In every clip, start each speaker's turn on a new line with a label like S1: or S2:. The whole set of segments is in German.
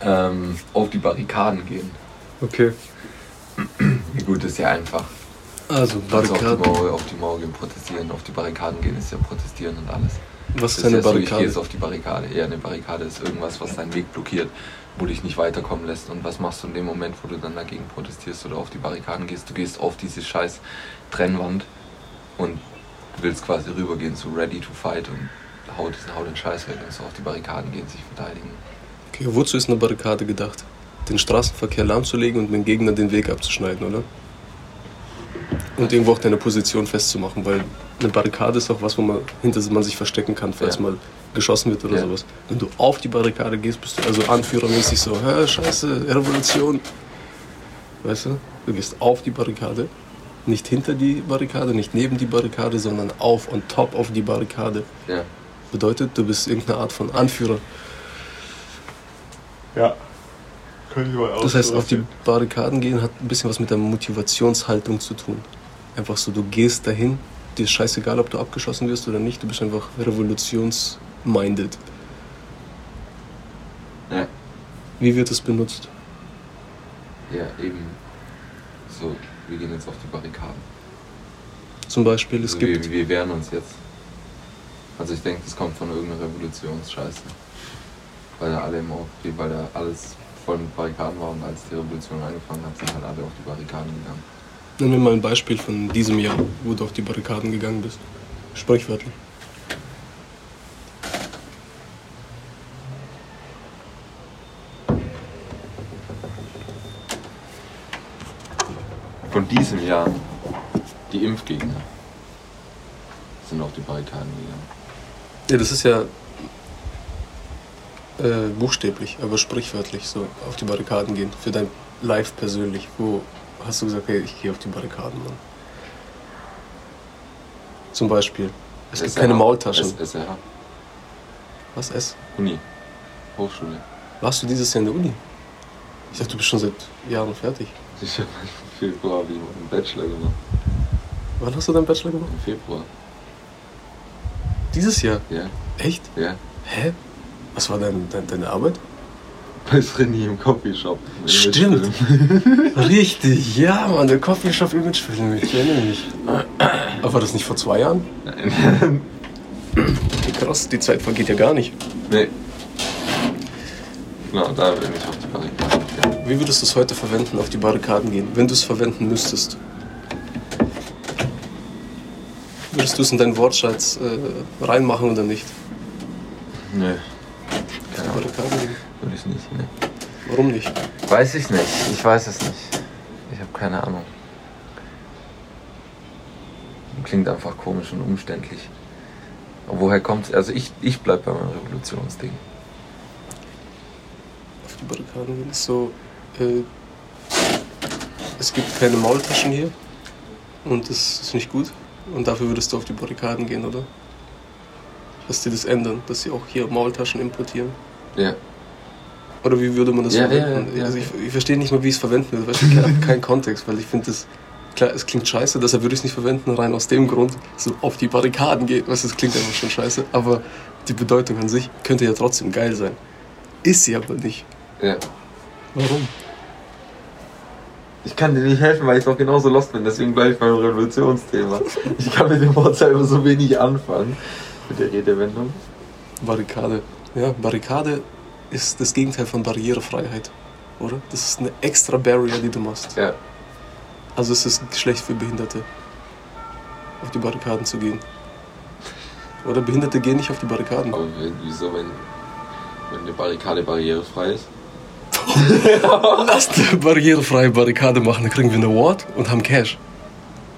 S1: ähm, auf die Barrikaden gehen.
S2: Okay.
S1: Gut, ist ja einfach.
S2: Also,
S1: Also auf die,
S2: Barrikaden.
S1: Mauer, auf die Mauer gehen, protestieren, auf die Barrikaden gehen ist ja protestieren und alles.
S2: Was ist
S1: Das
S2: eine
S1: ja so, Ich gehe
S2: Barrikade?
S1: jetzt auf die Barrikade. Eher eine Barrikade ist irgendwas, was deinen Weg blockiert, wo dich nicht weiterkommen lässt. Und was machst du in dem Moment, wo du dann dagegen protestierst oder auf die Barrikaden gehst? Du gehst auf diese scheiß Trennwand und willst quasi rübergehen zu Ready to Fight und hau, diesen, hau den Scheiß weg und so auf die Barrikaden gehen, sich verteidigen.
S2: Okay, wozu ist eine Barrikade gedacht? Den Straßenverkehr lahmzulegen und dem Gegner den Weg abzuschneiden, oder? Und irgendwo auch deine Position festzumachen, weil eine Barrikade ist auch was, wo man hinter man sich verstecken kann, falls
S1: Ja.
S2: mal geschossen wird oder
S1: Ja.
S2: sowas. Wenn du auf die Barrikade gehst, bist du also anführermäßig so, hä, scheiße, Revolution. Weißt du? Du gehst auf die Barrikade, nicht hinter die Barrikade, nicht neben die Barrikade, sondern auf und top auf die Barrikade.
S1: Ja.
S2: Bedeutet, du bist irgendeine Art von Anführer.
S3: Ja. Könnte ich mal auch
S2: Das heißt,
S3: so
S2: auf die
S3: sehen.
S2: Barrikaden gehen hat ein bisschen was mit der Motivationshaltung zu tun. Einfach so, du gehst dahin, dir ist scheißegal, ob du abgeschossen wirst oder nicht, du bist einfach revolutionsminded.
S1: Ja.
S2: Wie wird es benutzt?
S1: Ja, eben. So, wir gehen jetzt auf die Barrikaden.
S2: Zum Beispiel, es
S1: Also
S2: gibt.
S1: wir, wir wehren uns jetzt. Also ich denke, das kommt von irgendeiner Revolutionsscheiße. Weil da alle im Auftrieb, weil da alles voll mit Barrikaden war und als die Revolution angefangen hat, sind halt alle auf die Barrikaden gegangen.
S2: Nimm mir mal ein Beispiel von diesem Jahr, wo du auf die Barrikaden gegangen bist. Sprichwörtlich.
S1: Von diesem Jahr, die Impfgegner sind auf die Barrikaden gegangen.
S2: Ja, das ist ja äh, buchstäblich, aber sprichwörtlich so auf die Barrikaden gehen. Für dein Live persönlich. Wo hast du gesagt, hey, ich gehe auf die Barrikaden, Mann? Zum Beispiel. Es gibt
S1: SRH,
S2: keine Maultaschen.
S1: S- SRH,
S2: Was es?
S1: Uni, Hochschule.
S2: Warst du dieses Jahr in der Uni? Ich dachte, du bist schon seit Jahren fertig.
S1: Ich habe im Februar hab ich einen Bachelor gemacht.
S2: Wann hast du deinen Bachelor gemacht?
S1: Im Februar,
S2: Dieses Jahr?
S1: ja,
S2: Echt?
S1: ja.
S2: Hä? Was war dein, dein, deine Arbeit?
S1: Bei Srini im Coffeeshop.
S2: Stimmt. Richtig, ja, Mann, der Coffeeshop Imagefilm, ich erinnere mich. Aber war das nicht vor zwei Jahren?
S1: Nein.
S2: Ey, Krass, die Zeit vergeht ja gar nicht.
S1: Nee. Genau, da bin ich auf die Barrikaden gegangen.
S2: Wie würdest du es heute verwenden, auf die Barrikaden gehen, wenn du es verwenden müsstest? Würdest du es in deinen Wortschatz äh, reinmachen oder nicht?
S1: Nee. Keine
S2: Auf die
S1: Ahnung.
S2: Barrikaden gehen.
S1: Würde ich nicht, ne?
S2: Warum nicht?
S1: Weiß ich nicht. Ich weiß es nicht. Ich habe keine Ahnung. Klingt einfach komisch und umständlich. Aber woher kommt's? Also ich, ich bleib bei meinem Revolutionsding.
S2: Auf die Barrikaden gehen ist so, äh, es gibt keine Maultaschen hier und das ist nicht gut. Und dafür würdest du auf die Barrikaden gehen, oder? Dass die das ändern, dass sie auch hier Maultaschen importieren.
S1: Ja.
S2: Oder wie würde man das
S1: Ja,
S2: verwenden?
S1: ja, ja,
S2: also
S1: ja.
S2: ich, ich verstehe nicht mal, wie ich es verwenden würde. Weißt du, kein, kein Kontext, weil ich finde das. Klar, es klingt scheiße, deshalb würde ich es nicht verwenden, rein aus dem Grund, so auf die Barrikaden geht. Weißt du, das klingt einfach schon scheiße, aber die Bedeutung an sich könnte ja trotzdem geil sein. Ist sie aber nicht.
S1: Ja.
S2: Warum?
S1: Ich kann dir nicht helfen, weil ich doch genauso lost bin. Deswegen bleibe ich beim Revolutionsthema. Ich kann mit dem Wort selber so wenig anfangen. Mit der Redewendung.
S2: Barrikade. Ja, Barrikade ist das Gegenteil von Barrierefreiheit, oder? Das ist eine extra Barrier, die du machst.
S1: Ja.
S2: Also es ist schlecht für Behinderte, auf die Barrikaden zu gehen. Oder Behinderte gehen nicht auf die Barrikaden.
S1: Aber wenn, wieso, wenn, wenn eine Barrikade barrierefrei ist?
S2: Lasst eine barrierefreie Barrikade machen, dann kriegen wir einen Award und haben Cash.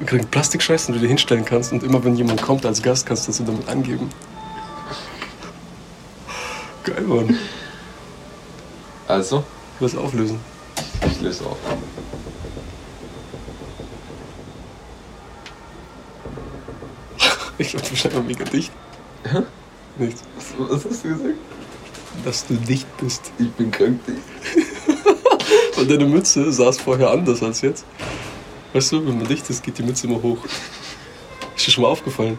S2: Wir kriegen Plastikscheiß, den du dir hinstellen kannst und immer wenn jemand kommt als Gast, kannst du das damit angeben. Geil, Mann.
S1: Also,
S2: Lass auflösen.
S1: ich löse auf.
S2: Ich glaube, du bist einfach mega dicht. Nichts.
S1: Was, was hast du gesagt?
S2: Dass du dicht bist.
S1: Ich bin krank.
S2: Und deine Mütze saß vorher anders als jetzt. Weißt du, wenn man dicht ist, geht die Mütze immer hoch. Ist dir schon mal aufgefallen?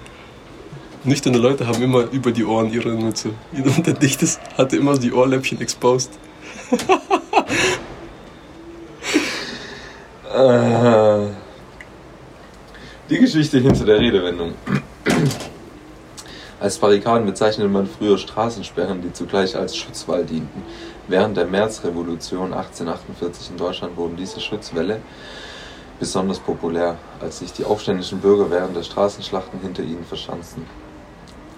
S2: Nüchterne Leute haben immer über die Ohren ihre Mütze. Jeder, der dicht ist, hatte immer die Ohrläppchen exposed.
S1: Äh, Die Geschichte hinter der Redewendung. Als Barrikaden bezeichnete man früher Straßensperren, die zugleich als Schutzwall dienten. Während der Märzrevolution 1848 in Deutschland wurden diese Schutzwälle besonders populär, als sich die aufständischen Bürger während der Straßenschlachten hinter ihnen verschanzten.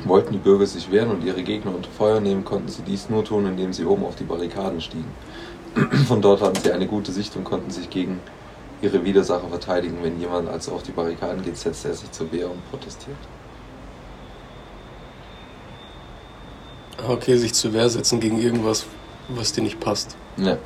S1: Wollten die Bürger sich wehren und ihre Gegner unter Feuer nehmen, konnten sie dies nur tun, indem sie oben auf die Barrikaden stiegen. Von dort hatten sie eine gute Sicht und konnten sich gegen ihre Widersacher verteidigen. Wenn jemand also auf die Barrikaden geht, setzt er sich zur Wehr und protestiert.
S2: Ah, Okay, sich zur Wehr setzen gegen irgendwas, was dir nicht passt.
S1: Ja.